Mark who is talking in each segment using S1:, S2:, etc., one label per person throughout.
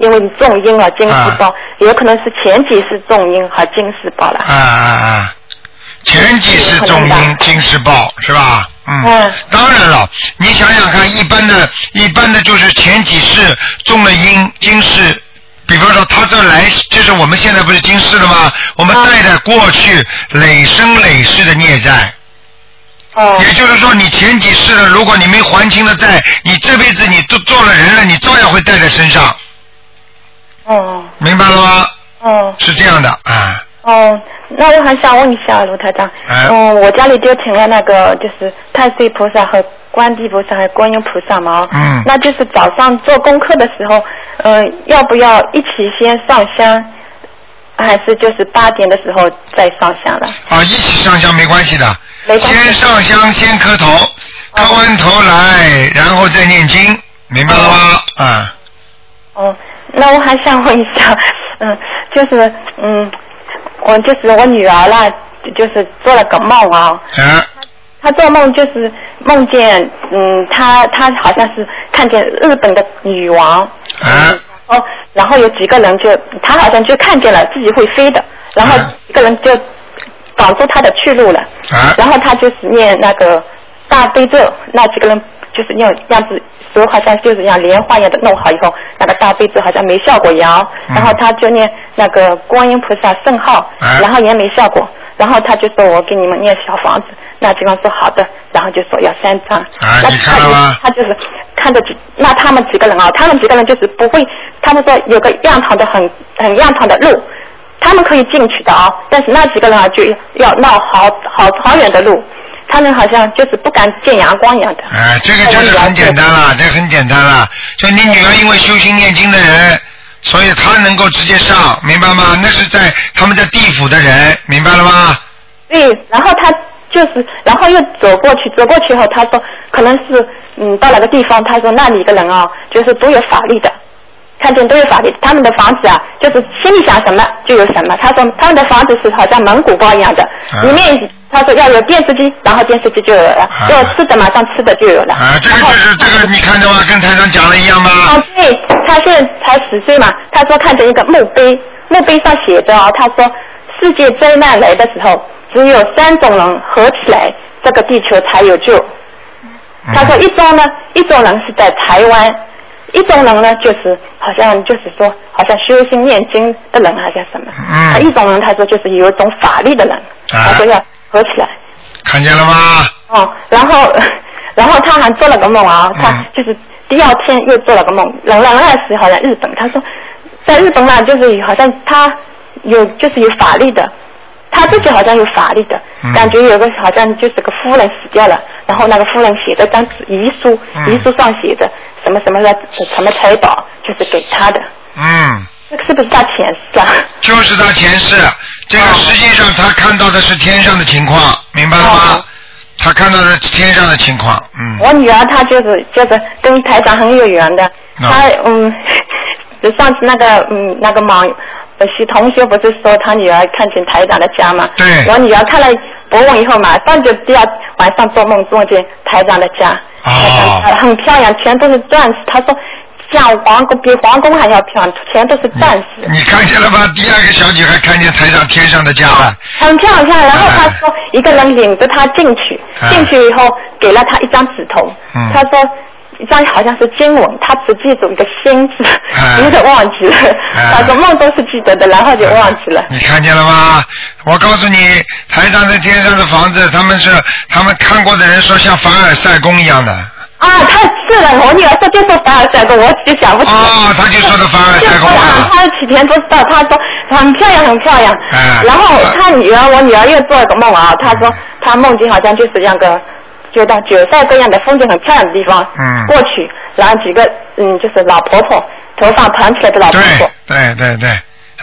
S1: 因为重音啊，金
S2: 啊
S1: 丝包，有可能是前几世重音和金丝包了。
S2: 啊啊啊！前几是重音金时报是吧？嗯。
S1: 嗯
S2: 当然了，你想想看，一般的、一般的就是前几世中了因，今世。比方说，他这来，就是我们现在不是今世了吗？我们
S1: 啊
S2: 带着过去累生累世的孽债，
S1: 哦
S2: 也就是说，你前几世了，如果你没还清的债，你这辈子你都做了人了，你照样会带在身上，
S1: 哦
S2: 明白了吗？
S1: 哦
S2: 是这样的啊。
S1: 哦，那我还想问一下卢台长，
S2: 哎
S1: 嗯，我家里就请了那个就是太岁菩萨和观地菩萨和观音菩萨嘛，哦
S2: 嗯
S1: 那就是早上做功课的时候，嗯、要不要一起先上香，还是就是八点的时候再上香了？
S2: 啊，一起上香没关系的，
S1: 没关系哦
S2: 先上香，先磕头，磕完头来，然后再念经，明白了吗？啊、
S1: 哦，那我还想问一下，嗯，就是嗯，我就是我女儿啦，就是做了个梦啊，
S2: 啊，
S1: 她做梦就是梦见，嗯，她她好像是看见日本的女王，
S2: 啊
S1: 嗯，哦，然后有几个人就，她好像就看见了自己会飞的，然后
S2: 啊
S1: 几个人就挡住她的去路了，
S2: 啊
S1: 然后她就是念那个大悲咒，那几个人就是用样子手好像就是像莲花一样的弄好以后，那个大悲咒好像没效果一样，
S2: 嗯
S1: 然后她就念那个观音菩萨圣号，
S2: 啊
S1: 然后也没效果。然后她就说：“我给你们念小房子。”那几个人说：“好的。”然后就说要三张。
S2: 啊
S1: 那
S2: 你看了吗
S1: 他就是看着几，那他们几个人啊，他们几个人就是不会，他们说有个样堂的很很样堂的路，他们可以进去的啊，但是那几个人啊就要闹好好好远的路，他们好像就是不敢见阳光一样的。
S2: 啊，这个就是很简单
S1: 哦
S2: 了，这个很简单了。就你女儿因为修心念经的人，所以她能够直接上，明白吗？那是在他们在地府的人，明白了吗？
S1: 对，哎然后他就是，然后又走过去，走过去以后，他说可能是嗯到哪个地方，他说那里的人啊，就是都有法力的，看见都有法力，他们的房子啊，就是心里想什么就有什么。他说他们的房子是好像蒙古包一样的，
S2: 啊
S1: 里面他说要有电视机，然后电视机就有了，要吃的马上吃的就有了，
S2: 啊啊，这个
S1: 然后
S2: 就是这
S1: 哦
S2: 个，你看到吗？跟台上讲的一样吗？
S1: 啊，对，他现在才十岁嘛，他说看着一个墓碑，墓碑上写着啊，他说世界灾难来的时候，只有三种人合起来，这个地球才有救。
S2: 嗯
S1: 他说一种呢，一种人是在台湾，一种人呢就是好像就是说好像修心念经的人好像什么，
S2: 嗯啊
S1: 啊一种人他说就是有一种法力的人，他说要合起来。
S2: 看见了吗？
S1: 哦，然后 然后他还做了个梦啊，他
S2: 嗯
S1: 就是第二天又做了个梦，冷冷二十好像日本，他说在日本嘛，就是好像他有就是有法力的，他自己好像有法力的，
S2: 嗯
S1: 感觉有个好像就是个夫人死掉了，然后那个夫人写的张遗书，
S2: 嗯
S1: 遗书上写的什么什么的什么财宝，就是给他的，
S2: 嗯。
S1: 这个是不是他前世啊？
S2: 就是他前世，这个实际上他看到的是天上的情况，明白了吗
S1: 哦？
S2: 他看到的是天上的情况，嗯，
S1: 我女儿她就是就是跟台长很有缘的，
S2: 嗯
S1: 她嗯， 就上次那个嗯那个网呃许同学不是说她女儿看见台长的家吗？
S2: 对
S1: 我女儿看了博文以后，马上就第二晚上做梦做见台长的家，
S2: 哦
S1: 台长的家很漂亮，全都是钻石。她说像皇宫比皇宫还要漂亮，全都是钻石。
S2: 你看见了吧？第二个小女孩看见台上天上的家了，
S1: 很漂亮，然后他
S2: 哎
S1: 说一个人领着她进去，
S2: 哎
S1: 进去以后给了她一张纸头，
S2: 嗯
S1: 他说一张好像是经文，他只记住一个心字
S2: 哎，
S1: 有点忘记了。
S2: 哎
S1: 他说梦都是记得的，然后就忘记了。
S2: 你看见了吗？我告诉你，台上在天上的房子，他们是他们看过的人说像凡尔赛宫一样的，
S1: 啊，他是的，我女儿说就是凡尔赛宫，我就想不起来。
S2: 哦，他就说的凡尔
S1: 就
S2: 赛
S1: 说
S2: 宫
S1: 啊，
S2: 啊，
S1: 他几天不知道，他说很漂亮，很漂亮。
S2: 哎嗯
S1: 然后他女儿，我女儿又做了个梦啊，她说她梦见好像就是那个，就到九寨沟一样的风景很漂亮的地方，
S2: 嗯
S1: 过去，然后几个嗯就是老婆婆，头发盘起来的老婆
S2: 对
S1: 婆，
S2: 对对对，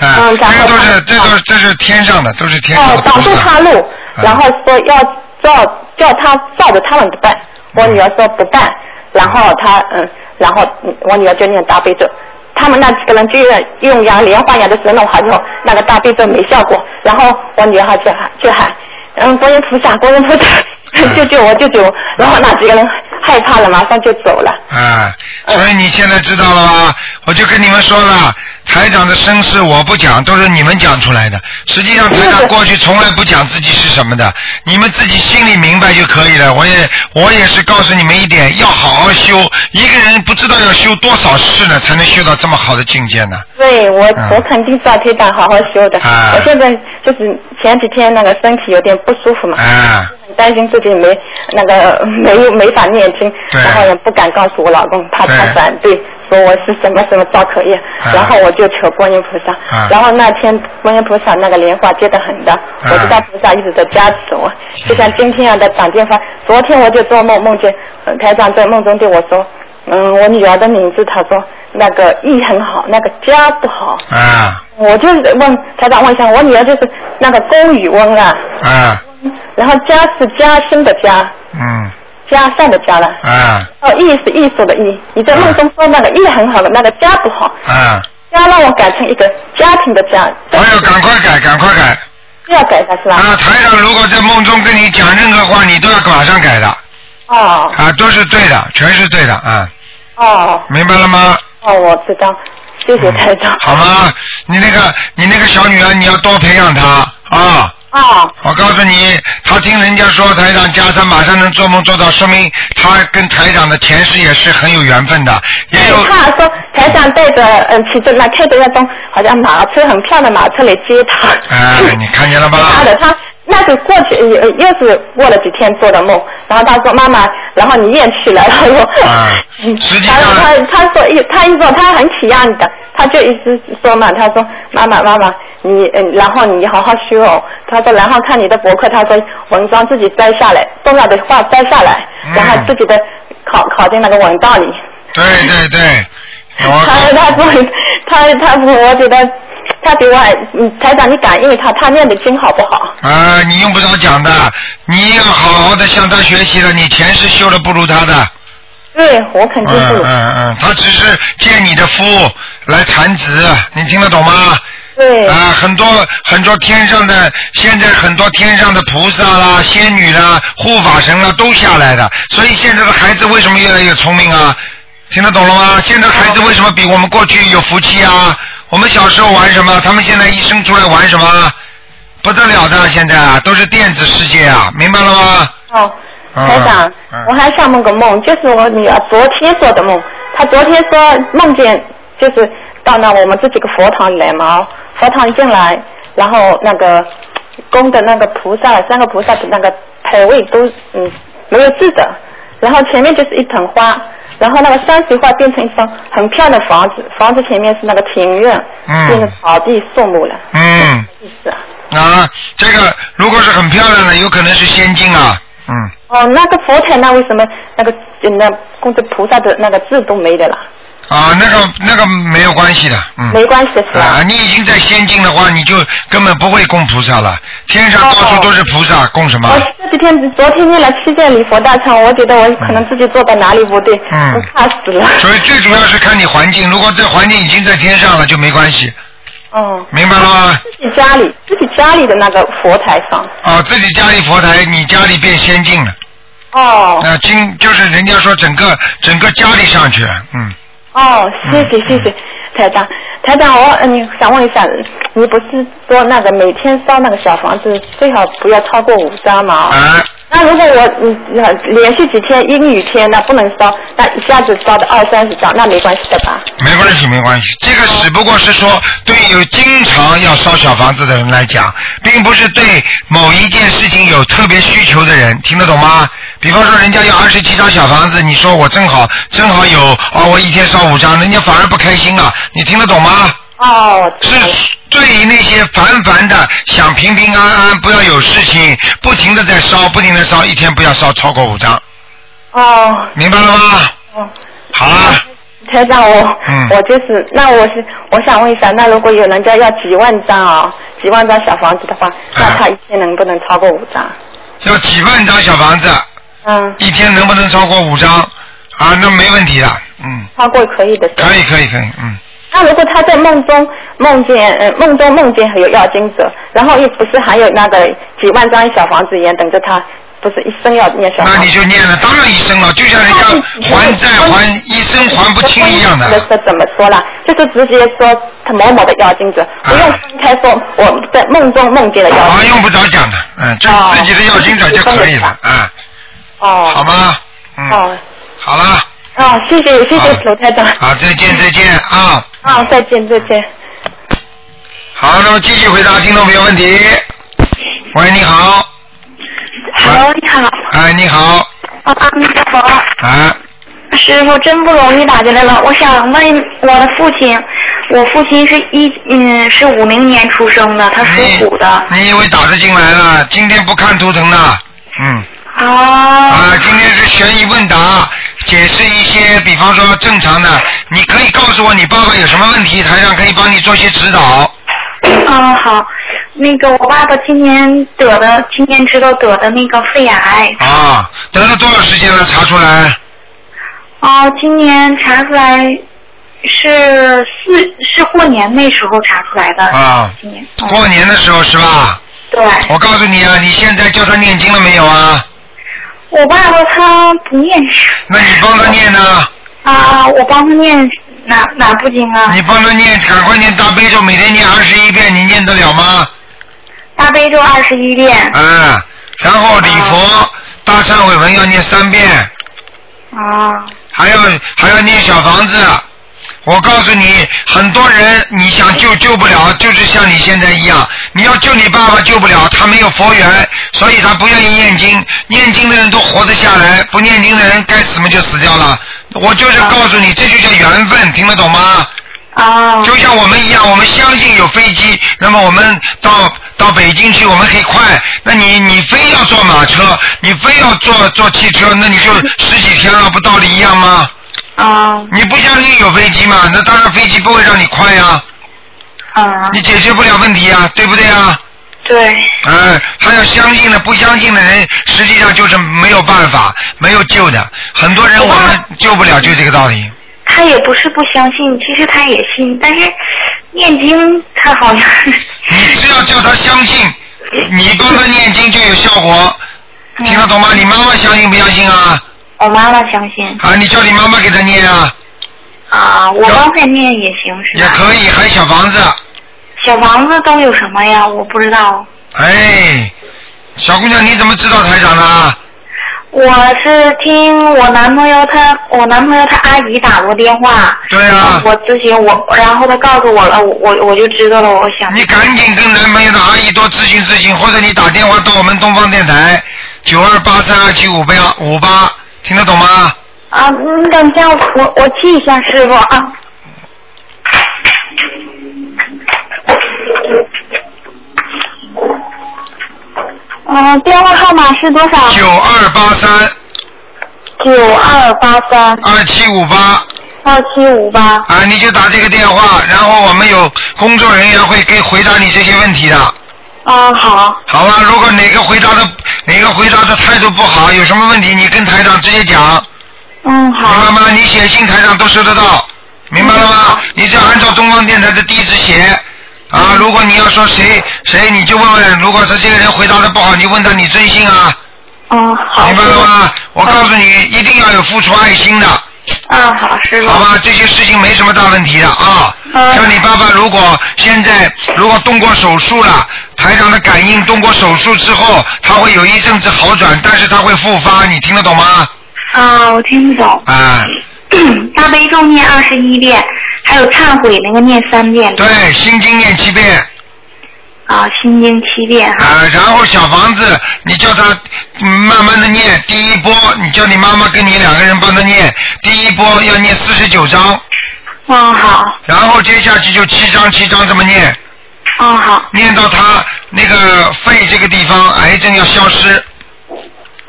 S2: 啊，
S1: 嗯
S2: 这
S1: 然
S2: 个
S1: 后
S2: 都
S1: 他
S2: 是这都是这是天上的，都是天上的啊
S1: 哦，挡
S2: 菩
S1: 住
S2: 萨
S1: 她路，然后说要叫叫她照着他们办，我女儿说不办，然后她嗯，然后嗯我女儿就念大悲咒。他们那几个人就用用杨莲花一样的神弄好以后，那个大悲咒没效果，然后我女儿还 就喊就喊，嗯，观音菩萨，观音菩萨，救救我，救救我！然后那几个人害怕了，马上就走了。
S2: 啊，所以你现在知道了吧？我就跟你们说了，台长的身世我不讲，都是你们讲出来的。实际上，台长过去从来不讲自己是什么的，你们自己心里明白就可以了。我也我也是告诉你们一点，要好好修。一个人不知道要修多少世呢，才能修到这么好的境界呢？
S1: 对我，
S2: 嗯
S1: 我肯定是要推档好好修的。
S2: 啊
S1: 我现在就是前几天那个身体有点不舒服嘛，
S2: 啊，
S1: 很担心自己没那个 没没法念经，
S2: 对
S1: 然后也不敢告诉我老公，怕
S2: 对
S1: 他反对，说我是什么什么造口业，
S2: 啊
S1: 然后我就求观音菩萨，
S2: 啊
S1: 然后那天观音菩萨那个莲花接的很的，
S2: 啊
S1: 我知道菩萨一直在加持我，
S2: 嗯
S1: 就像今天一样的打电话，昨天我就做梦梦见、呃台长在梦中对我说，嗯，我女儿的名字，他说那个意很好，那个家不好，
S2: 啊
S1: 我就是问台长问一下，我女儿就是那个龚宇翁啊，
S2: 啊，
S1: 然后家是家兴的家。
S2: 嗯
S1: 加善的加了。
S2: 啊
S1: 哦，艺是艺术的艺，你在梦中说那个艺很好的，那个家不好，
S2: 啊！
S1: 家让我改成一个家庭的家，
S2: 哎呦，赶快改，赶快改！
S1: 这要改一下是吧？
S2: 啊，台长如果在梦中跟你讲任何话，你都要马上改的。
S1: 哦
S2: 啊，都是对的，全是对的啊，
S1: 哦
S2: 明白了吗？
S1: 哦，我知道，谢谢台长。
S2: 好吗？你那个你那个小女儿，你要多培养她啊！
S1: 哦
S2: 我告诉你，她听人家说台长家，她马上能做梦做到，说明她跟台长的前世也是很有缘分的，也有
S1: 他说台长带着嗯骑着那开着那种好像马车很漂亮的马车来接他。
S2: 哎，你看见了吧？
S1: 他的他那是过去呃呃又是过了几天做的梦，然后他说妈妈，然后你也去了，然后我，
S2: 啊
S1: 嗯
S2: 实际上
S1: 然后他他说一他一说他很体谅你的，他就一直说嘛，他说妈妈妈妈你嗯，然后你好好修哦，他说然后看你的博客，他说文章自己摘下来，重要的话摘下来，
S2: 嗯
S1: 然后自己的考考进那个文档里，
S2: 对对对，我
S1: 他他不他他不，我觉得他比我还嗯台长你感应他，他念的经好不好？
S2: 啊，你用不着讲的，你要好好的向她学习的，你前世修的不如她的。
S1: 对，我肯定不
S2: 嗯
S1: 如。
S2: 嗯嗯，他只是借你的夫来产子，你听得懂吗？
S1: 对，哦
S2: 啊，很多很多天上的，现在很多天上的菩萨啦、仙女啦、护法神啦都下来的，所以现在的孩子为什么越来越聪明啊？听得懂了吗？现在孩子为什么比我们过去有福气啊？我们小时候玩什么？他们现在一生出来玩什么？不得了的，现在啊，都是电子世界啊，明白了吗？
S1: 哦，
S2: 嗯
S1: 台长，
S2: 嗯
S1: 我还想梦个梦，就是我女儿昨天做的梦。她昨天说梦见，就是到那我们这几个佛堂来嘛，哦佛堂进来，然后那个供的那个菩萨，三个菩萨的那个牌位都嗯没有字的，然后前面就是一盆花，然后那个山水画变成一幢很漂亮的房子，房子前面是那个庭院，
S2: 嗯
S1: 变成草地树木了，
S2: 嗯，
S1: 意思啊。
S2: 啊，这个如果是很漂亮的，有可能是仙境啊，嗯。
S1: 哦，那个佛台那为什么那个呃那供着菩萨的那个字都没的了？
S2: 啊，那个那个没有关系的，嗯。
S1: 没关系是
S2: 啊，
S1: 吧？
S2: 你已经在仙境的话，你就根本不会供菩萨了。天上到处都是菩萨，供什么
S1: 我？这几天昨天念了七遍礼佛大忏，我觉得我可能自己做的哪里不对，
S2: 嗯
S1: 我怕死了。
S2: 所以最主要是看你环境，如果这环境已经在天上了，就没关系，
S1: 哦，
S2: 明白了吗？
S1: 自己家里自己家里的那个佛台上。
S2: 啊，自己家里佛台，你家里变仙境了，
S1: 哦
S2: 那、经就是人家说整个整个家里上去了，嗯。
S1: 哦，谢谢谢谢，台长台长，我呃你想问一下，你不是说那个每天烧那个小房子最好不要超过五张吗？
S2: 啊，
S1: 那如果我嗯呃连续几天阴雨天，那不能烧，那一下子烧的二三十张，那没关系的吧？
S2: 没关系，没关系，这个只不过是说对有经常要烧小房子的人来讲，并不是对某一件事情有特别需求的人，听得懂吗？比方说人家要二十七张小房子，你说我正好正好有哦，我一天烧五张，人家反而不开心啊，你听得懂吗？
S1: 哦，我
S2: 是
S1: 知道了
S2: 对于那些凡凡的想平平安安，不要有事情，不停的在烧，不停的烧，一天不要烧超过五张，
S1: 哦
S2: 明白了吗？
S1: 哦，
S2: 好了，
S1: 台长我、
S2: 嗯
S1: 我就是，那我是我想问一下，那如果有人家要几万张啊、几万张小房子的话，
S2: 啊
S1: 那他一天能不能超过五张？
S2: 要几万张小房子。
S1: 嗯，
S2: 一天能不能超过五张？啊，那没问题的，嗯，
S1: 超过可以的。
S2: 可以可以可以，嗯，
S1: 那如果他在梦中梦见，呃，梦中梦见有要经者，然后又不是还有那个几万张小房子一样等着他，不是一生要念小
S2: 那
S1: 房
S2: 你
S1: 子。
S2: 就念了，当然一生了，就像人家还债还一生还不清一样
S1: 我
S2: 的。
S1: 说怎么说啦？就是直接说他某某的妖精者，不用分开说我在梦中梦见的妖
S2: 啊，
S1: 精。
S2: 用不着讲的，嗯，就
S1: 哦
S2: 自己的要经者就可以了，啊，好
S1: 哦
S2: 吗？嗯，
S1: 哦
S2: 好了，
S1: 哦，谢谢谢谢
S2: 好
S1: 卢台长。
S2: 好，再见再见啊，
S1: 啊，再见再见。
S2: 好，那么继续回答听众朋友问题。喂，你好，
S3: Hello，你好，
S2: 哎，你好，
S3: 啊阿弥陀佛，
S2: 啊，
S3: 师傅真不容易打进来了。我想问我的父亲，我父亲是一嗯是五零年出生的，他属
S2: 你
S3: 虎的。
S2: 你以为打得进来了？今天不看图腾了，嗯。啊
S3: 啊，
S2: 今天是悬疑问答，解释一些，比方说正常的，你可以告诉我你爸爸有什么问题，台上可以帮你做些指导。
S3: 嗯好，那个我爸爸今年得的，今年知道得的那个肺癌，
S2: 啊，得了多少时间了？查出来？
S3: 啊今年查出来是四是过年那时候查出来的。
S2: 啊，
S3: 今年、嗯
S2: 过年的时候是吧？
S3: 对，
S2: 我告诉你啊，你现在叫他念经了没有啊？
S3: 我爸爸他不念
S2: 那你帮他念呢、
S3: 啊，我帮他念哪哪部经啊？
S2: 你帮他念，赶快念大悲咒，每天念二十一遍，你念得了吗？
S3: 大悲咒二十一遍。
S2: 啊，然后礼佛、大忏悔文要念三遍。
S3: 啊
S2: 还要还要念小房子。我告诉你，很多人你想救救不了，就是像你现在一样，你要救你爸爸救不了，他没有佛缘，所以他不愿意念经。念经的人都活得下来，不念经的人该死嘛就死掉了。我就是告诉你，这就叫缘分，听得懂吗？
S3: 啊
S2: 就像我们一样，我们相信有飞机，那么我们到到北京去，我们可以快。那你你非要坐马车，你非要坐坐汽车，那你就十几天了，不道理一样吗？
S3: 啊
S2: 你不相信有飞机嘛？那当然飞机不会让你快呀、
S3: 啊！
S2: 你解决不了问题呀、对不对呀、
S3: 对
S2: 哎、还有相信的、不相信的人，实际上就是没有办法、没有救的。很多人我们救不了，就这个道理。
S3: 他也不是不相信，其实他也信，但是念经他好像嗯
S2: 你只要叫他相信，你帮他念经就有效果，听 得懂吗？你妈妈相信不相信啊？
S3: 我妈妈相信
S2: 啊，你叫你妈妈给他念啊，
S3: 啊，我刚才念也行是
S2: 也
S3: 吧？
S2: 可以，还有小房子，
S3: 小房子都有什么呀？我不知道，
S2: 哎，小姑娘你怎么知道台长的啊？
S3: 我是听我男朋友他我男朋友他阿姨打过电话，
S2: 对啊，
S3: 我咨询我，然后他告诉我了，我我我就知道了，我想
S2: 你赶紧跟男朋友的阿姨多咨询咨询，或者你打电话到我们东方电台九二八三二七五八五八，听得懂吗？
S3: 啊，你等一下，我我记一下师傅啊。嗯，电话号码是多少？
S2: 九二八三
S3: 九二八三
S2: 二七五八
S3: 二七五八。
S2: 啊，你就打这个电话，然后我们有工作人员会给回答你这些问题的，
S3: 啊，好，
S2: 好吧？如果哪个回答的哪个回答的态度不好，有什么问题你跟台长直接讲，
S3: 嗯，
S2: 明白
S3: 好，
S2: 吗？你写信台上都收得到，明白了
S3: 嗯
S2: 吗？你只要按照东方电台的地址写啊。如果你要说谁谁，你就问问，如果是这个人回答的不好，你问他你尊姓啊，
S3: 嗯，好，
S2: 明白了吗？我告诉你，一定要有付出爱心的，
S3: 嗯，好，师傅。
S2: 好吧？这些事情没什么大问题的啊。
S3: 嗯
S2: 像你爸爸如果现在如果动过手术了，台长的感应动过手术之后，他会有一阵子好转，但是他会复发，你听得懂吗？
S3: 啊，我听不懂。
S2: 啊。
S3: 大悲咒念二十一遍，还有忏悔那个念三遍。
S2: 对，心经念七遍，
S3: 啊，心经七遍哈。
S2: 啊，然后小房子，你叫他嗯慢慢的念，第一波你叫你妈妈跟你两个人帮他念，第一波要念四十九章，
S3: 嗯，好，
S2: 然后接下去就七章七章这么念，
S3: 嗯，好。
S2: 念到他那个肺这个地方癌症要消失。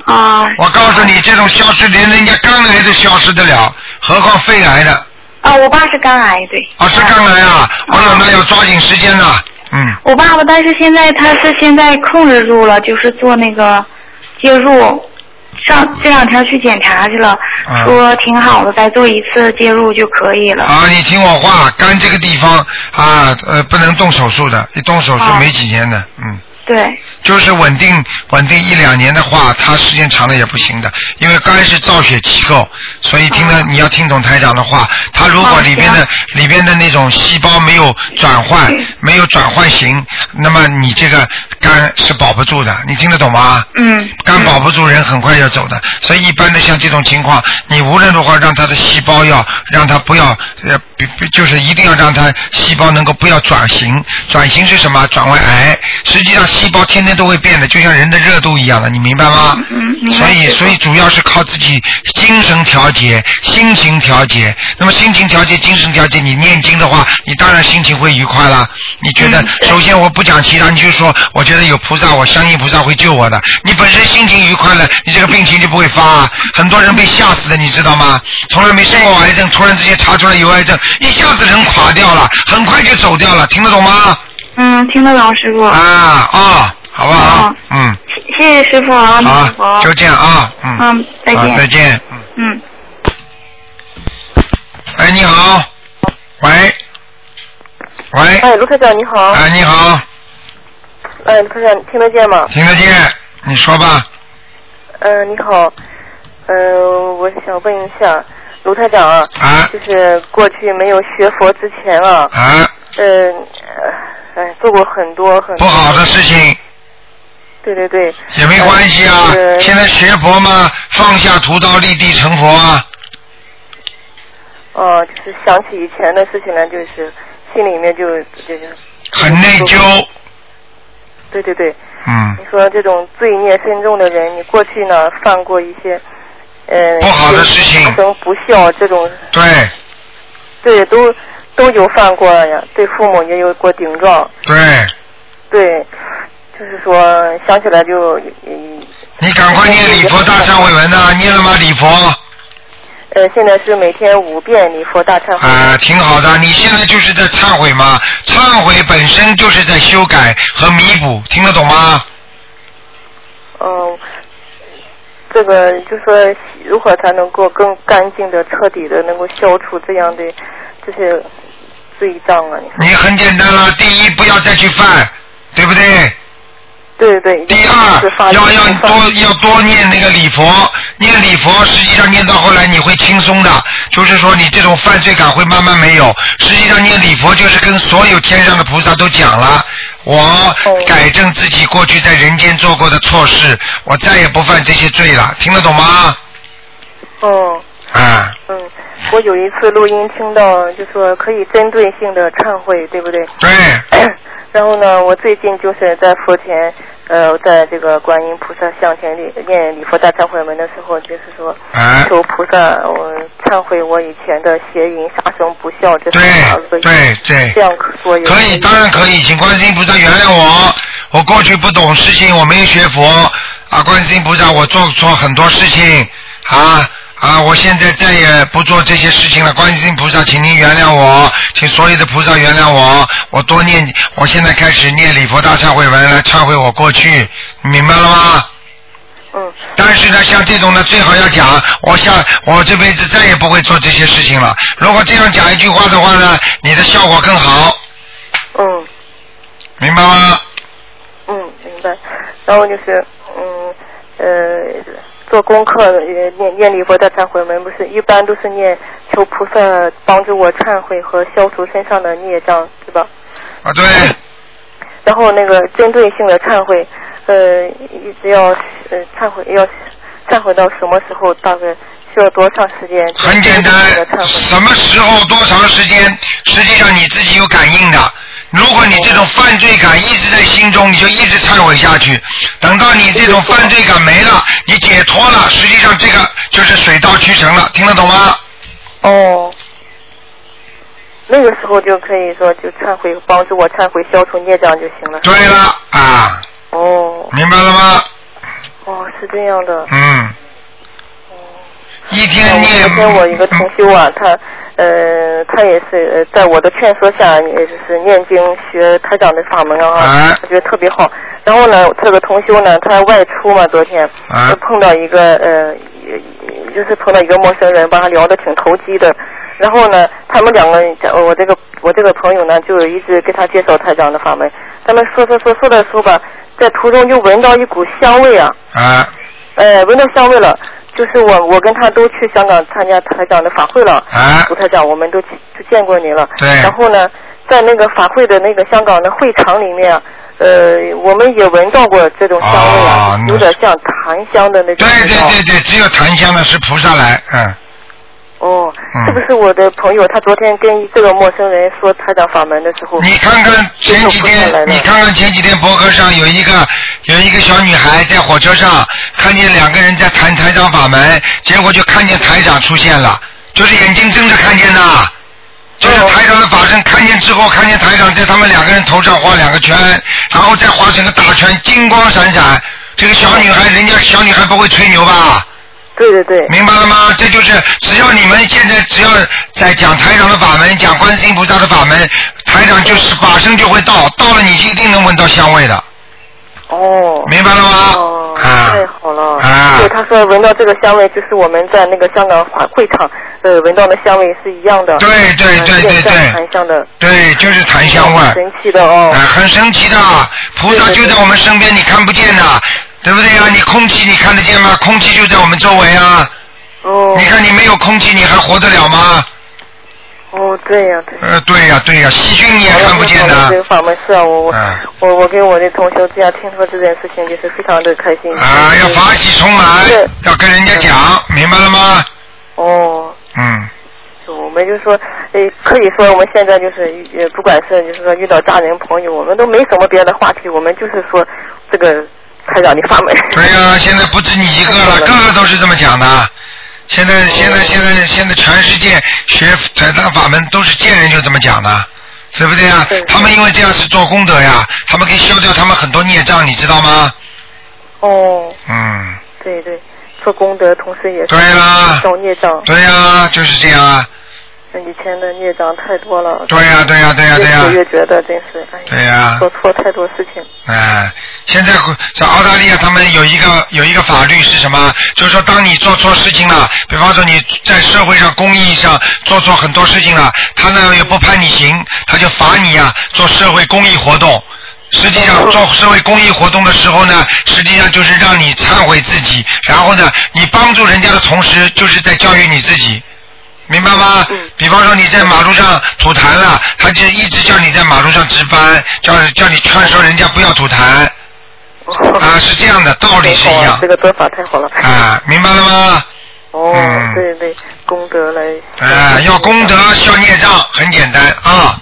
S3: 啊
S2: 我告诉你，这种消失连人家肝癌都消失得了，何况肺癌的
S3: 啊，我爸是肝癌，对。
S2: 啊？是肝癌啊！我老那要抓紧时间呐、嗯，
S3: 我爸爸，但是现在他是现在控制住了，就是做那个介入。上这两天去检查去了，
S2: 啊
S3: 说挺好的，再做一次介入就可以了。
S2: 啊，你听我话，肝这个地方啊，呃，不能动手术的，一动手术
S3: 啊
S2: 没几年的，嗯。
S3: 对，
S2: 就是稳定稳定一两年的话，他时间长了也不行的，因为肝是造血机构，所以听了你要听懂台长的话，他如果
S3: 哦
S2: 里边的里边的那种细胞没有转换，没有转换型，那么你这个肝是保不住的，你听得懂吗？
S3: 嗯，
S2: 肝保不住，人很快要走的，所以一般的像这种情况，你无论如何让他的细胞要让他不要呃，比比就是一定要让他细胞能够不要转型，转型是什么？转为癌。实际上细胞天天都会变的，就像人的热度一样的，你明白吗？
S3: 嗯明白
S2: 所以
S3: 师父
S2: 所以主要是靠自己精神调节、心情调节。那么心情调节、精神调节，你念经的话，你当然心情会愉快啦。你觉得
S3: 嗯，对
S2: 首先我不讲其他，你就说，我觉得有菩萨，我相信菩萨会救我的。你本身心情愉快了，你这个病情就不会发、啊。很多人被吓死的，你知道吗？从来没生过癌症，突然之间查出来有癌症，一下子人垮掉了，很快就走掉了，听得懂吗？
S3: 嗯，听得懂师傅。
S2: 啊啊、好不好？
S3: 哦
S2: 嗯，
S3: 谢谢谢师傅啊，
S2: 好
S3: 师傅。，
S2: 就这样啊，嗯，
S3: 嗯，再
S2: 好，再
S3: 见。
S2: 见，嗯。
S3: 嗯。
S2: 哎，你好，喂，喂，
S4: 哎，卢科长你好，
S2: 哎，你好，
S4: 哎，卢科长听得见吗？
S2: 听得见，你说吧，
S4: 嗯、你好，嗯、我想问一下卢台长啊，
S2: 啊
S4: 就是过去没有学佛之前啊，
S2: 啊，
S4: 嗯、呃，哎，做过很多很
S2: 不
S4: 多
S2: 好的事情
S4: 对对对，
S2: 也没关系啊
S4: 哎就，是
S2: 现在学佛嘛，放下屠刀立地成佛啊，
S4: 哦、就是想起以前的事情来，就是心里面就就就，
S2: 很内疚，
S4: 对对对，
S2: 嗯
S4: 你，说这种罪孽深重的人，你过去呢犯过一些，呃，
S2: 不好的事情
S4: 不成不孝这种
S2: 对
S4: 对，都都有犯过呀，对父母也有过顶撞，
S2: 对，
S4: 对，就是说想起来就，嗯
S2: 你赶快念礼佛大忏悔文呐、念了吗？礼佛。
S4: 呃，现在是每天五遍礼佛大忏悔，
S2: 啊、挺好的。你现在就是在忏悔嘛，忏悔本身就是在修改和弥补，听得懂吗？
S4: 嗯、这个就说如何才能够更干净的、彻底的能够消除这样的这些罪障啊？你
S2: 你很简单了，第一不要再去犯，对不对？
S4: 对对，
S2: 第
S4: 是发
S2: 二要
S4: 心
S2: 要
S4: 发
S2: 多要多念那个礼佛，念礼佛实际上念到后来你会轻松的，就是说你这种犯罪感会慢慢没有。实际上念礼佛就是跟所有天上的菩萨都讲了。我
S4: 哦
S2: 改正自己过去在人间做过的错事，我再也不犯这些罪了，听得懂吗？
S4: 嗯。
S2: 啊、
S4: 嗯，我有一次录音听到，就说可以针对性的忏悔，对不对？
S2: 对，
S4: 然后呢，我最近就是在佛前，呃，在这个观音菩萨像前里念礼佛大忏悔文的时候，就是说
S2: 啊，
S4: 求菩萨，我忏悔我以前的邪淫、杀生、不孝这
S2: 对
S4: 些恶业，
S2: 对对
S4: 这，样说有
S2: 可以，当然可以，请观世音菩萨原谅我，我过去不懂事情，我没有学佛啊，观世音菩萨，我做错很多事情啊。啊！我现在再也不做这些事情了，观世音菩萨，请您原谅我，请所有的菩萨原谅我。我多念，我现在开始念礼佛大忏悔文来忏悔我过去，你明白了吗？
S4: 嗯
S2: 但是呢，像这种呢，最好要讲，我下我这辈子再也不会做这些事情了。如果这样讲一句话的话呢，你的效果更好，
S4: 嗯
S2: 明白吗？
S4: 嗯，明白。然后就是嗯呃。做功课，呃念念礼佛大忏悔文，不是一般都是念求菩萨帮助我忏悔和消除身上的孽障，是吧？
S2: 啊，对，
S4: 然后那个针对性的忏悔，呃，一直要呃忏悔要忏悔到什么时候？大概需要多长时间？
S2: 很简单
S4: 针对性地，忏悔。
S2: 什么时候多长时间，实际上你自己有感应的。如果你这种犯罪感一直在心中，你就一直忏悔下去。等到你这种犯罪感没了，你解脱了，实际上这个就是水到渠成了，听得懂吗？
S4: 哦。那个时候就可以说就忏悔，帮助我忏悔消除孽障就行了。
S2: 对了啊，
S4: 哦
S2: 明白了吗？
S4: 哦，是这样的。
S2: 嗯，一天
S4: 呃哦我
S2: 念。
S4: 昨天我一个同修啊，他呃，他也是呃在我的劝说下，也就是念经学台长的法门
S2: 哎
S4: 啊，我觉得特别好。然后呢，这个同修呢，他外出嘛，昨天
S2: 哎
S4: 就碰到一个呃，也也就是碰到一个陌生人，把他聊得挺投机的。然后呢，他们两个，呃我这个我这个朋友呢，就一直给他介绍台长的法门。他们说说说说的时候吧，在途中就闻到一股香味啊，
S2: 啊，
S4: 哎，闻到香味了。就是我，我跟他都去香港参加台长的法会了。
S2: 啊
S4: 卢台长，我们都去都见过您了。
S2: 对
S4: 然后呢，在那个法会的那个香港的会场里面，呃，我们也闻到过这种香味啊，
S2: 哦那
S4: 有点像檀香的那
S2: 对
S4: 种味道。
S2: 对对对，只有檀香的是菩萨来，嗯，
S4: 哦
S2: 嗯，
S4: 是不是我的朋友？他昨天跟这个陌生人说台长法门的时候，
S2: 你看看前几
S4: 这种不
S2: 天
S4: 是来，的
S2: 你看看前几天博客上有一个有一个小女孩在火车上看见两个人在谈台长法门，结果就看见台长出现了，就是眼睛睁着看见的，就是
S4: 哦
S2: 台长的法身看见之后，看见台长在他们两个人头上画两个圈，然后再画成个大圈，金光闪闪。这个小女孩，人家小女孩不会吹牛吧？
S4: 对对对，
S2: 明白了吗？这就是只要你们现在只要在讲台长的法门，讲观世音菩萨的法门，台长就是法身就会到，到了你就一定能闻到香味的，
S4: 哦。
S2: 明白了吗？
S4: 哦，
S2: 啊
S4: 太好了！
S2: 啊
S4: 对，他说闻到这个香味，就是我们在那个香港法会场，呃，闻到的香味是一样的。
S2: 对对
S4: 呃
S2: 对
S4: 有点
S2: 对
S4: 像
S2: 对
S4: 檀香的，
S2: 对，就是檀香味儿，
S4: 神奇的哦
S2: 啊，。很神奇的，菩萨就在我们身边，你看不见的，对不对
S4: 嗯
S2: 呀、你空气你看得见吗？空气就在我们周围啊，
S4: 哦
S2: 你看你没有空气，你还活得了吗？
S4: 哦，对呀、对。
S2: 呃，对呀、对呀、细菌你也看不见
S4: 这
S2: 的
S4: 个。法门是啊，我我、
S2: 嗯
S4: 我我跟我的同学这样听说这件事情，就是非常的开心。
S2: 啊，要法喜充满
S4: 是，
S2: 要跟人家讲，明白了吗？
S4: 哦。
S2: 嗯，
S4: 我们就说，诶，可以说我们现在就是，呃，不管是就是说遇到家人朋友，我们都没什么别的话题，我们就是说这个台长的法门。
S2: 对呀、现在不止你一个了，个个都是这么讲的。现在现在现在现在全世界学财大法门都是见人就这么讲的，对不对呀、
S4: 对
S2: 他们因为这样是做功德呀，他们可以消掉他们很多孽障，你知道吗？
S4: 哦，
S2: 嗯，
S4: 对对，做功德，同时也
S2: 对啊
S4: 是
S2: 啦，
S4: 消孽障。
S2: 对呀、就是这样啊，
S4: 以前的孽障太多了。
S2: 对呀、对呀、对呀、对呀、
S4: 越写越觉得真是，哎呀，
S2: 对啊呀
S4: 做错太多事情。
S2: 哎，现在在澳大利亚，他们有一个有一个法律是什么？就是说，当你做错事情了，比方说你在社会上、公益上做错很多事情了，他呢也不判你刑，他就罚你呀、做社会公益活动。实际上做社会公益活动的时候呢，实际上就是让你忏悔自己，然后呢，你帮助人家的同时，就是在教育你自己。明白吗？比方说你在马路上吐痰了，他就一直叫你在马路上值班，叫叫你劝说人家不要吐痰 啊，是这样的道理是一
S4: 太好了
S2: 样
S4: 哦这个做法太好了。
S2: 啊，明白了吗？
S4: 哦
S2: 嗯，
S4: 对对，功德来。
S2: 啊，要功德消孽障，很简单啊，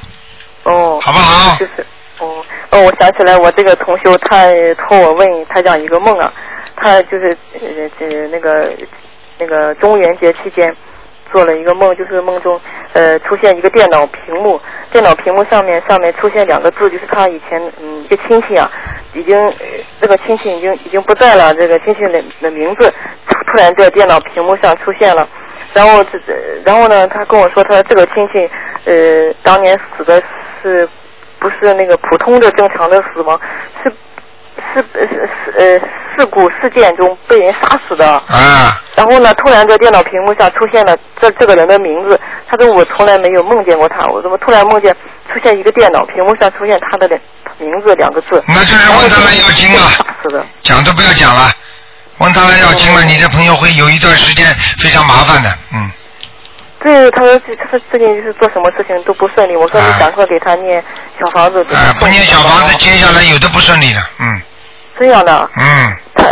S4: 哦，
S2: 好不好
S4: 就？是，哦哦，我想起来，我这个同修他呃托我问他讲一个梦啊，他就是呃这那个那个中元节期间做了一个梦，就是梦中呃出现一个电脑屏幕，电脑屏幕上面上面出现两个字，就是他以前嗯一个亲戚啊，已经呃这个亲戚已经已经不在了，这个亲戚的的名字突突然在电脑屏幕上出现了。然后这，这然后呢，他跟我说，他这个亲戚，呃，当年死的是不是那个普通的正常的死亡，是是是是呃事故事件中被人杀死的。
S2: 啊，
S4: 然后呢，突然在电脑屏幕上出现了这这个人的名字，他说我从来没有梦见过他，我怎么突然梦见出现一个电脑屏幕上出现他的两名字两个字？
S2: 那就是嗯问他来要经了，
S4: 杀死的。
S2: 讲都不要讲了，问他来要经
S4: 哦
S2: 了，你这朋友会有一段时间非常麻烦的，嗯，
S4: 对，他说这他最近就是做什么事情都不顺利，我说你
S2: 啊
S4: 赶快给他念小房子。
S2: 啊，不念小房子，接下来有的不顺利的，嗯
S4: 这样的，
S2: 嗯。
S4: 他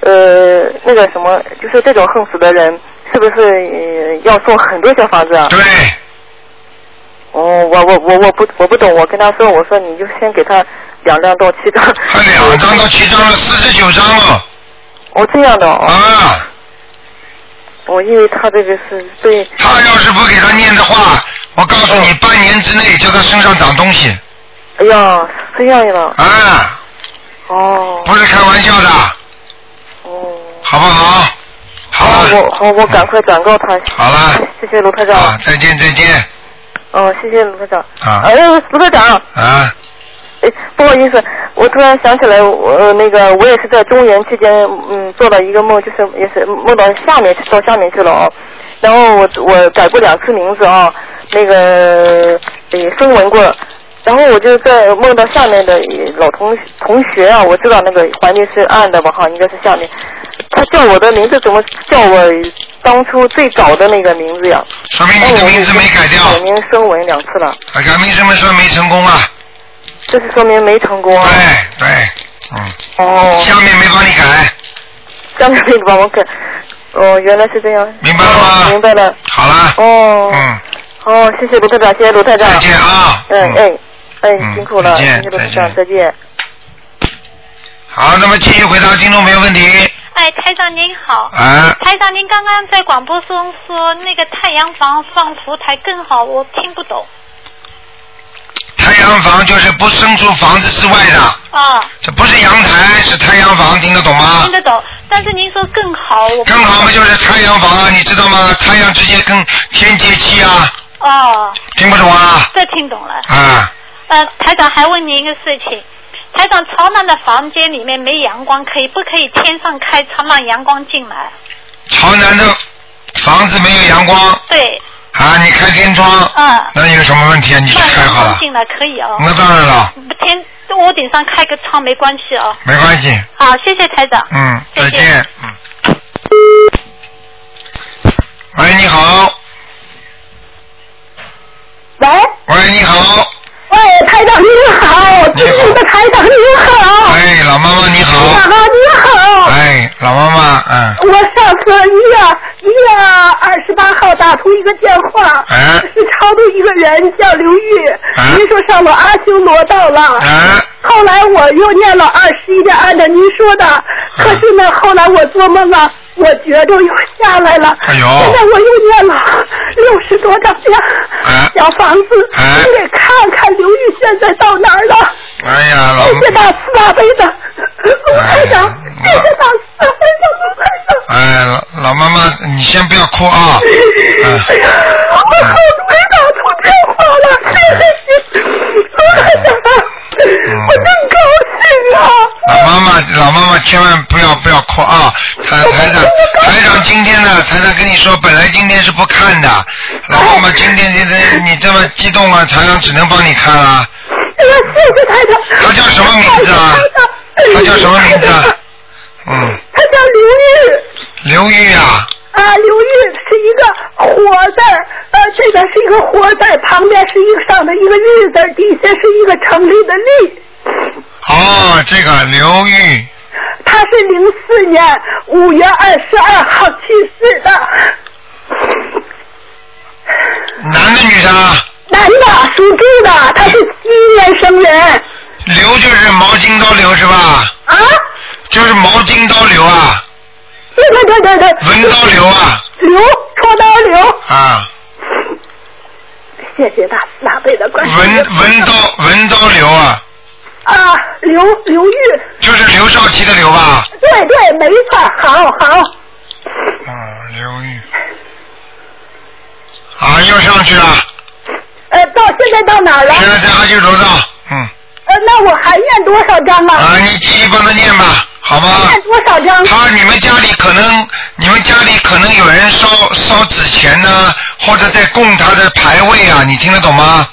S4: 呃那个什么，就是这种横死的人，是不是、呃、要送很多小房子啊？
S2: 对，
S4: 哦，我我我我不我不懂，我跟他说，我说你就先给他两张到七张。
S2: 他两张到七张了，四十九张了
S4: 哦，这样的哦，
S2: 啊！
S4: 我以为他这个是对，
S2: 他要是不给他念的话，我告诉
S4: 哦
S2: 你，半年之内叫他身上长东西
S4: 哎呀，是这样的，
S2: 啊，
S4: 哦
S2: 不是开玩笑的，
S4: 哦。
S2: 好不好？好
S4: 我
S2: 了，
S4: 好，我赶快转告他。
S2: 好了，
S4: 谢谢卢科长。
S2: 啊，再见再见
S4: 哦，谢谢卢科长。
S2: 啊
S4: 哎呦，卢科长，
S2: 啊！
S4: 哎，不好意思，我突然想起来，我、呃、那个我也是在中原期间，嗯，做了一个梦，就是也是梦到下面去，到下面去了哦。然哦后我我改过两次名字啊、那个呃声纹过，然后我就在梦到下面的老同同学啊，我知道那个环境是暗的吧，哈，应该是下面。他叫我的名字怎么叫我当初最早的那个名字呀？
S2: 说明你的名字没改掉，
S4: 哎改名声纹两次了，
S2: 啊，改名什么说没成功啊？
S4: 这是说明没成功啊。
S2: 对对，嗯，
S4: 哦，
S2: 下面没帮你改，
S4: 下面你帮我改。哦，原来是这样。
S2: 明白了吗
S4: 哦明白了。
S2: 好了，
S4: 哦。
S2: 嗯，
S4: 哦，谢谢卢台长，谢谢卢台长。
S2: 再见啊，
S4: 嗯
S2: 嗯，
S4: 哎哎，
S2: 嗯
S4: 辛苦
S2: 再
S4: 了，谢
S2: 见
S4: 谢卢台长，
S2: 再
S4: 再见。
S2: 好，那么继续回答听众朋友问题，
S5: 哎，台长您好。
S2: 啊，
S5: 台长，您刚刚在广播中说那个太阳房放福台更好，我听不懂。
S2: 太阳房就是不生出房子之外的，
S5: 啊，
S2: 这不是阳台，是太阳房，听得懂吗
S5: 听？得懂，但是您说更好，我不
S2: 更好嘛就是太阳房啊，你知道吗？太阳直接跟天接气啊，
S5: 哦，
S2: 听不懂啊？
S5: 这听懂了。
S2: 啊，
S5: 呃，台长还问您一个事情，台长朝南的房间里面没阳光，可以不可以天上开窗让阳光进来？
S2: 朝南的房子没有阳光
S5: 对，
S2: 啊，你开天窗，
S5: 嗯，
S2: 那有什么问题啊？你去
S5: 让
S2: 开
S5: 阳
S2: 好
S5: 光
S2: 了，嗯
S5: 进来可以哦。
S2: 那当然了，
S5: 天屋顶上开个窗没关系哦。
S2: 没关系，
S5: 好，谢谢台长。
S2: 嗯，再
S5: 再见
S2: 见，嗯。喂，你好，
S6: 喂，
S2: 喂，你好，
S6: 喂，台长您好，我
S2: 尊敬的
S6: 台长您好
S2: 哎，老妈妈你好，
S6: 妈您好
S2: 哎，老妈妈，嗯，
S6: 我上次一月一月二十八号打通一个电话，
S2: 哎
S6: 是超度一个人叫刘玉，
S2: 哎
S6: 您说上了阿修罗道了。
S2: 哎，
S6: 后来我又念了二十一遍，按照您说的，可是呢，后来我做梦啊，我觉着又下来了。
S2: 哎呦
S6: 现在我又念了六十多张遍
S2: 哎
S6: 小房子，
S2: 哎
S6: 您给看看刘玉现在到哪儿了？
S2: 哎呀，老，
S6: 谢谢大慈大悲的卢台长，谢谢大慈大悲的卢台长。
S2: 哎，老老妈妈，你先不要哭啊，嗯、
S6: 哎呀，我好不打通电话了，太开
S2: 嗯
S6: 心，我太想了，我真高兴啊！
S2: 老妈妈，老妈妈，千万不要不要哭啊！台台长，台长今天呢，台长跟你说，本来今天是不看的，老妈妈今天现在你这么激动啊，台长只能帮你看啊了。
S6: 哎呀，谢谢台长。
S2: 他叫什么名字啊他叫什么名字啊 嗯，
S6: 哎他叫刘玉
S2: 刘玉啊，
S6: 啊，刘玉是一个火字儿，呃，这边是一个火字儿，旁边是一个上的一个日字儿，底下是一个成立的立。
S2: 哦，这个刘玉，
S6: 他是零四年五月二十二号去世的，
S2: 男的女的啊？
S6: 男的，属猪的，他是今年生人
S2: 刘就是毛巾刀刘是吧？
S6: 啊。
S2: 就是毛巾刀刘啊，
S6: 对对对对对，
S2: 文刀刘啊，
S6: 刘戳刀刘，
S2: 啊，
S6: 谢谢大慈大悲的关心。
S2: 文文刀文刀刘啊，
S6: 啊，刘刘玉，
S2: 就是刘少奇的刘吧？
S6: 对对，没错，好好。
S2: 啊，刘玉。啊，又上去了，
S6: 呃，到现在到哪儿了？
S2: 现在在阿修罗道。嗯。
S6: 呃，那我还念多少章啊？
S2: 啊，你继续帮他念吧，好吗？
S6: 念多少章？
S2: 啊他你们家里可能，你们家里可能有人烧烧纸钱呢、或者在供他的牌位啊，你听得懂吗？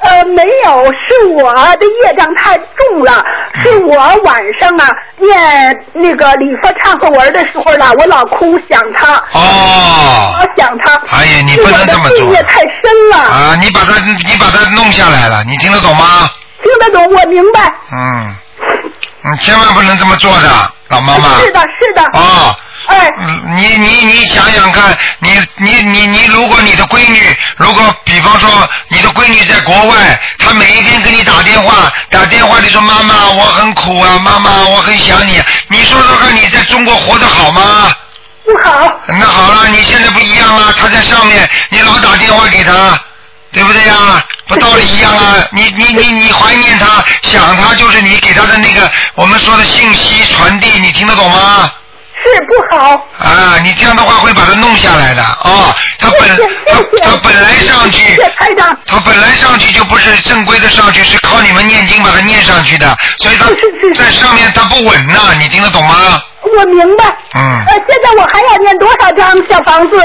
S6: 呃，没有，是我的业障太重了，
S2: 嗯
S6: 是我晚上啊念那个礼佛忏悔文的时候呢，我老哭想他，
S2: 哦，
S6: 我想他。
S2: 哎呀你
S6: 是
S2: 不能
S6: 我的
S2: 这么
S6: 罪
S2: 做
S6: 业太深了，
S2: 啊，你把他你把他弄下来了，你听得懂吗？
S6: 听得懂，我明白。
S2: 嗯，你千万不能这么做的，老妈妈。
S6: 是的，是的。
S2: 哦，
S6: 哎，
S2: 嗯你你你想想看，你你你你，如果你的闺女，如果比方说你的闺女在国外，她每一天给你打电话，打电话你说妈妈我很苦啊，妈妈我很想你，你说说看你在中国活得好吗？
S6: 不好，
S2: 那好了，你现在不一样了，她在上面，你老打电话给她，对不对呀、 不道理一样啊！你你你你怀念她，想她，就是你给她的那个我们说的信息传递，你听得懂吗？
S6: 是不好，
S2: 啊，你这样的话会把他弄下来的啊、哦他
S6: 谢
S2: 本
S6: 谢
S2: 他
S6: 谢谢。
S2: 他本来上
S6: 谢
S2: 去
S6: 谢，台长，
S2: 他本来上去就不是正规的上去，是靠你们念经把他念上去的，所以他
S6: 是是是
S2: 在上面他不稳呐、你听得懂吗？
S6: 我明白。
S2: 嗯
S6: 呃，，现在我还要念多少张小房子？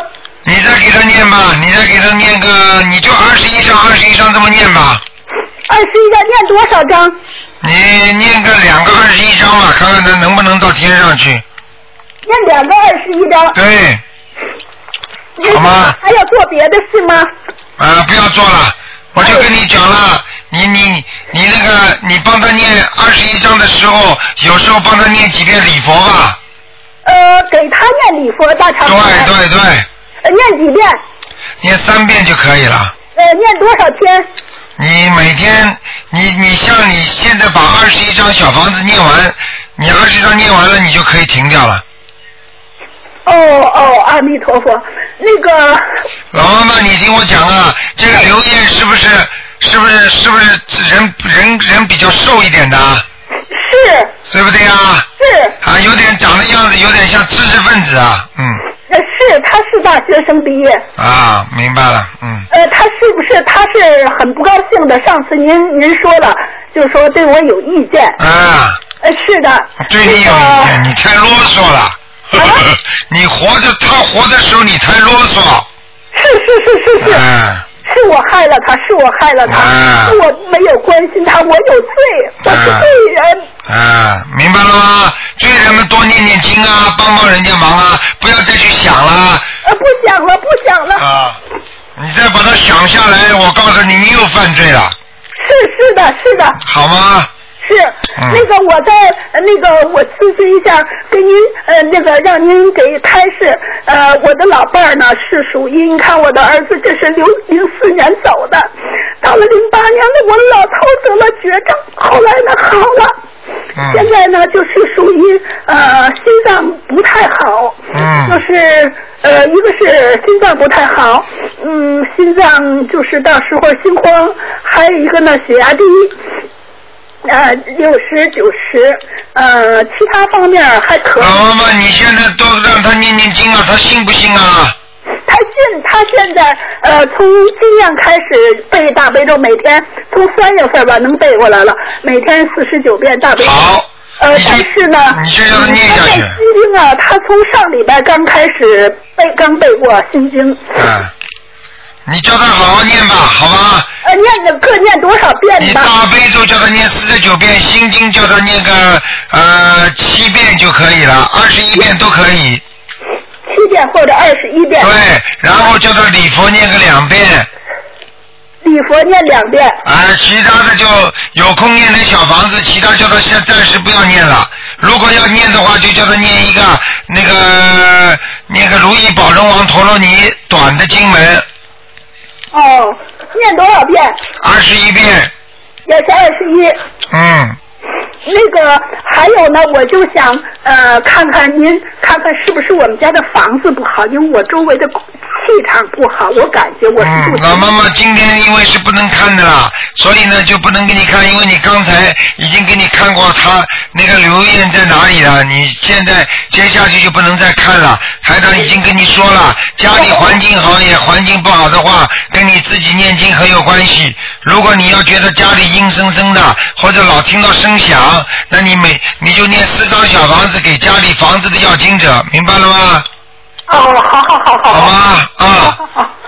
S2: 你再给他念吧，你再给他念个，你就二十一章二十一章这么念吧，
S6: 二十一张念多少张？
S2: 你念个两个二十一章吧，看看他能不能到天上去。
S6: 念两个二十一张。
S2: 对，嗯好吗
S6: 还要做别的事吗？
S2: 啊，不要做了，我就跟你讲了，你你你那个，你帮他念二十一章的时候，有时候帮他念几遍礼佛吧。
S6: 呃，给他念礼佛大忏
S2: 对
S6: 悔文，
S2: 对对，
S6: 呃念几遍？
S2: 念三遍就可以了。
S6: 呃，念多少天？
S2: 你每天，你你像你现在把二十一章小房子念完，你二十一章念完了，你就可以停掉了。
S6: 哦哦，阿弥陀佛。那个，
S2: 老妈妈，你听我讲啊，这个刘烨是不是是不是是不是人人人比较瘦一点的啊，
S6: 是
S2: 对不对啊？
S6: 是
S2: 啊，有点长的样子，有点像知识分子啊，嗯，
S6: 呃是，他是大学生毕业。
S2: 啊，明白了，嗯，
S6: 呃，他是不是他是很不高兴的？上次您您说了，就说对我有意见。
S2: 啊，
S6: 呃，是的。
S2: 对你有意见，你太啰嗦了， 你活着他活的时候你太啰嗦，
S6: 那个是是是是是。
S2: 嗯，
S6: 是我害了他，是我害了他，
S2: 啊
S6: 是我没有关心他，我有罪，我是罪人。
S2: 啊，明白了吗？对人们多念念经啊，帮帮人家忙啊，不要再去想了。
S6: 呃，不想了，不想了，
S2: 啊，你再把它想下来，我告诉你，你又犯罪了，
S6: 是是的，是的，
S2: 好吗？
S6: 是、
S2: 嗯
S6: 那个我在呃那个我咨询一下，给您呃那个让您给开示，呃我的老伴儿呢是属于，你看我的儿子这是零零四年走的，到了零八年了，我老头得了绝症，后来呢好了。
S2: 嗯
S6: 现在呢，就是属于呃心脏不太好，
S2: 嗯
S6: 就是呃一个是心脏不太好，嗯，心脏就是到时候心慌，还有一个呢血压低，呃六十九十，呃其他方面还可以。
S2: 老妈妈，你现在都让他念念经啊，他信不信啊？
S6: 他现他现在呃从今年开始背大悲咒，每天从三月份吧能背过来了，每天四十九遍大悲咒。
S2: 好，
S6: 呃，
S2: 你就
S6: 但是呢，嗯
S2: 你就让他念
S6: 他
S2: 下
S6: 背
S2: 去
S6: 心经啊，他从上礼拜刚开始背，刚背过心经，
S2: 嗯，你叫他好好念吧，好吧？
S6: 呃，念的各念多少
S2: 你
S6: 遍吧？
S2: 大悲咒叫他念四十九遍，心经叫他念个呃七遍就可以了，二十一遍都可以。
S6: 七遍或者二十一遍，
S2: 对，然后叫他礼佛念个两遍，
S6: 礼佛念两遍，
S2: 啊，其他的就有空念点小房子，其他叫他先暂时不要念了。如果要念的话，就叫他念一个那个那个如意宝龙王陀罗尼短的经文
S6: 哦，念多少遍？
S2: 二十一遍，
S6: 也是二十一。
S2: 嗯。
S6: 那个还有呢，我就想呃看看您，看看是不是我们家的房子不好，因为我周围的气场不好，我感觉我是
S2: 嗯
S6: 住，
S2: 老妈妈今天因为是不能看的啦，所以呢就不能给你看，因为你刚才已经给你看过他那个留言在哪里了，你现在接下去就不能再看了。台长已经跟你说了，家里环境好也环境不好的话，跟你自己念经很有关系。如果你要觉得家里阴森森的，或者老听到声响，那你每你就念四张小房子给家里房子的要经者，明白了吗？
S6: 哦，好好好好
S2: 好
S6: 好。
S2: 吗？啊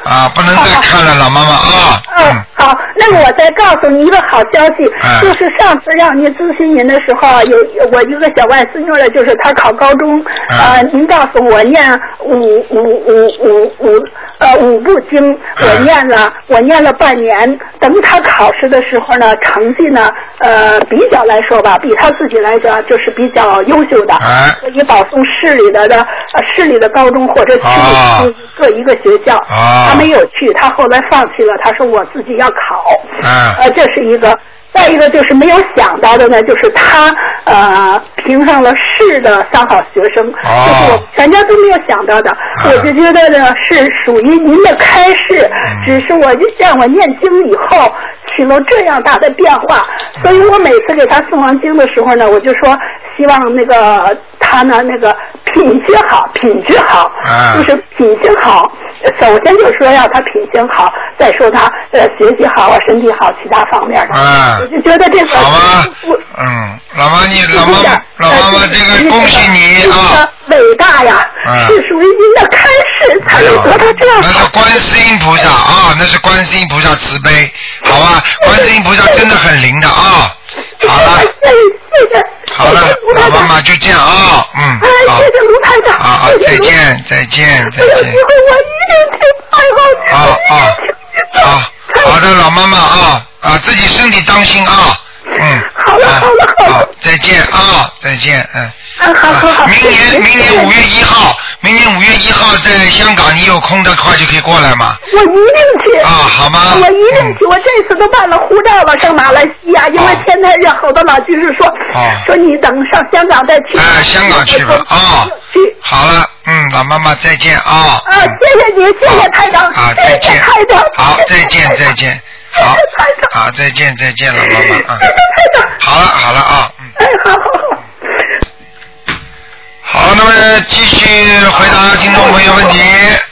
S2: 啊，不能再看了，老妈妈啊。
S6: 嗯
S2: 嗯，
S6: 好，那么我再告诉你一个好消息，
S2: 嗯
S6: 就是上次让您咨询您的时候啊，有我一个小外孙女儿，就是她考高中，
S2: 嗯
S6: 呃，您告诉我念五五五五五呃五部经，
S2: 嗯
S6: 我念了，我念了半年，等她考试的时候呢，成绩呢，呃，比较来说吧，比她自己来讲就是比较优秀的，
S2: 哎
S6: 可以保送市里的的呃市里的高中或者区
S2: 啊
S6: 里各一个学校，
S2: 啊
S6: 嗯她没有去，她后来放弃了，她说我自己要考。
S2: 嗯
S6: 呃，这是一个。再一个就是没有想到的呢，就是他呃评上了市的三好学生，
S2: 哦
S6: 这是我全家都没有想到的。
S2: 嗯
S6: 我就觉得呢是属于您的开示，
S2: 嗯
S6: 只是我就让我念经以后起了这样大的变化，所以我每次给他送完经的时候呢，我就说希望那个他呢那个品学好，品质好，
S2: 嗯
S6: 呃就是品行好，首先就说要他品行好，再说他呃学习好啊，身体好，其他方面的。我
S2: 嗯，
S6: 就觉得这个
S2: 好吗
S6: 我？
S2: 嗯，老妈你
S6: 我
S2: 老妈
S6: 有点
S2: 老妈妈，
S6: 呃
S2: 这个恭喜你
S6: 这个
S2: 啊！
S6: 伟大呀，
S2: 嗯哎
S6: 是属于您的开示，才能得到这样
S2: 那
S6: 好
S2: 是观世音菩萨啊，那是观世音菩萨慈悲，好吧？观世音菩萨真的很灵的啊。好
S6: 哎
S2: 了，好了，老妈妈就这样啊，嗯，好，
S6: 哎谢谢哎卢台长，
S2: 好好，再见，再见，再
S6: 有
S2: 见
S6: 机，会我一定听台长。
S2: 好好好，啊好的，老妈妈啊啊，自己身体当心啊，嗯，
S6: 好了好了好
S2: 好
S6: 了，，
S2: 再见啊，再见，嗯。
S6: 嗯，好好好。
S2: 明年明年五月一号，明年五月一号在香港，你有空的话就可以过来嘛。
S6: 我一定去。
S2: 啊，好吗？
S6: 我一定
S2: 嗯
S6: 去，我这次都办了护照了，上马来西亚，因为前台人好多老居士说、
S2: 哦
S6: 说你等上香港再去。
S2: 哎香港去吧啊
S6: 去
S2: 好了，嗯，老妈妈再见啊。
S6: 啊，
S2: 嗯
S6: 谢谢您，谢谢台长，
S2: 啊，
S6: 谢
S2: 再
S6: 谢
S2: 见
S6: 台长。。
S2: 好，
S6: 谢
S2: 再
S6: 谢
S2: 见，
S6: 台
S2: 再见。
S6: 长。谢谢
S2: 好，
S6: 台长。
S2: 啊，再见，再见，老妈妈啊
S6: 谢。谢台长。
S2: 好了，好了啊，嗯。
S6: 哎，好好好。
S2: 好，那么继续回答听众朋友问题。